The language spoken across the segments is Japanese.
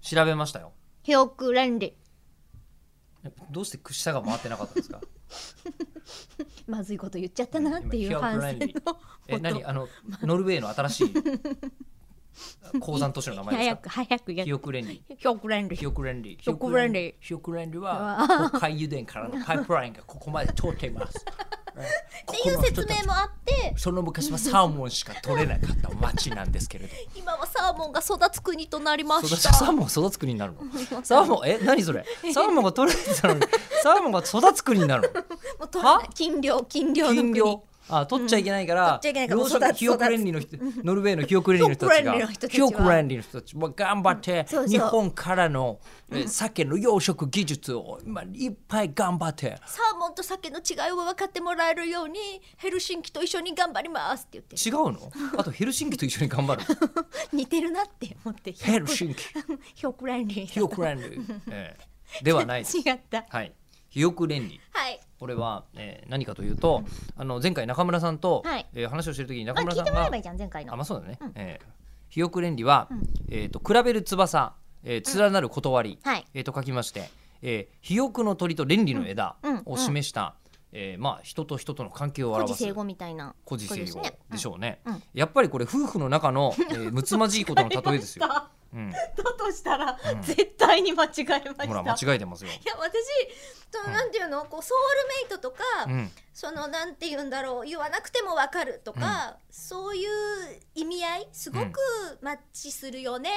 調べましたよ記憶連理やっぱどうして下が回ってなかったん ですかまずいこと言っちゃったなっていう今反省の記憶連理え何音あのノルウェーの新 しい鉱山都市の名前です早かく早くや記憶連理記憶連理記憶連理記憶連理記憶連理は北海油田からのパイプラインがここまで通ってい ますっっていう説明もあってその昔はサーモンしか取れなかった町なんですけれど今はサーモンが育つ国となりま育しちたサーモンが育つ国にな るのサーモンえ何それサーモンが取れてたのにサーモンが育つ国になるのもう取らないは禁漁禁漁の禁国漁あ取っちゃいけないから、取っちゃいけないから養育殖つ記憶連理の人ノルウェーの記憶連理の人たちが記憶連連理の人たちは頑張ってそうそう日本からの、え鮭の養殖技術を今いっぱい頑張ってサーモンと酒の違いを分かってもらえるようにヘルシンキと一緒に頑張りますって言って違うのあとヘルシンキと一緒に頑 張る似てるなって思ってヘルシンキ記憶連理記憶連理、ええでは ないです違ったはい記憶連理はいこれは、えー何かというと、あの前回中村さんと、はいえー話をしてる時にあ中村聞さいんてもらがえばいいじゃん前回あのまあそうだね、えー肥沃連理は、えー、と比べる翼、えー連なる断り、はいえー、と書きまして、えー、肥沃の鳥と連理の枝うんうんを示した、えーまあ、人と人との関係を孤表児す生語みたいな孤児生語でしょょうね、うんうんやっぱりこれ夫婦の中の、え ー、むつまじいことの例えですよ、だうん、としたら絶対に間違えましたほら間い違えてますよ、や私そのうんなんていうのこうソウルメイトとかうん、そのなんて言うんだろう言わなくてもわかるとか、そういう意味合いすごくマッチするよね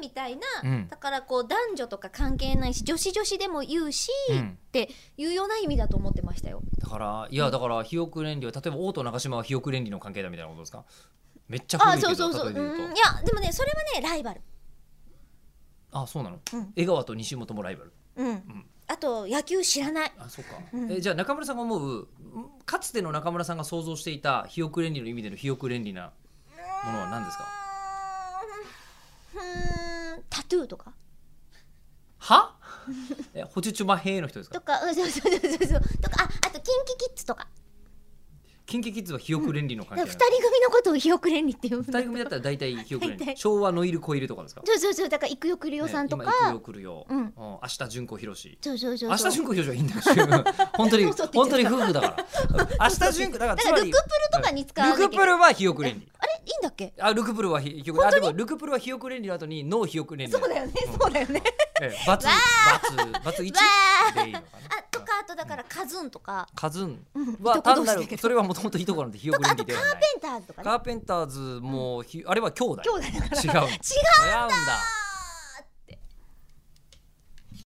みたいな、うんだからこう男女とか関係ないし女子女子でも言うし、うんっていうような意味だと思ってましたよ。だからいやだから肥沃連理は例えば王と長島は肥沃連理の関係だみたいなことですかめっちゃあ古いそうけそどうそ例うえうんで言うといやでもねそれはねライバル、あそうなの、うん江川と西本もライバルうんあと野球知らないあそうか、うんえじゃあ中村さんが思うんかつての中村さんが想像していた肥沃連理の意味での肥沃連理なものは何ですかうーんタトゥーとかは えホチュチュマヘーの人ですとかかうんそうそうそうそうそうとかああとキンキキッズとかキンキキッズは肥沃連理の関だから係な二の人組のことをひよくれんりって呼ぶ二人組だったら大体肥沃連大理体昭和ノイルコイルとかですかそうそうそうだから育代栗代さんとか、ね今行くよ来るよ、うん明日純子ひろしそうそうそう明そ日う純子ひろしはいいんだよ 本当にそうそうって言本っちゃ当っにた夫婦だから明日純子だからだつかまらりルクプルとかに使わなきゃルいクプけないルは肥沃連理あれいいんだっけあルクプルはひひよくあでもルクプルはひよく連理の後にノーひよく連理そうだよね、そうだよねええバツバツバツ一わーでいいのかなあとかあとだからカズンとかカズンうんいはとこ単同士なだけどるそれはもともといとこなんでひよく連理ではないペンターズとかねカーペンターズもひあれは兄弟兄弟だから違う違うんだ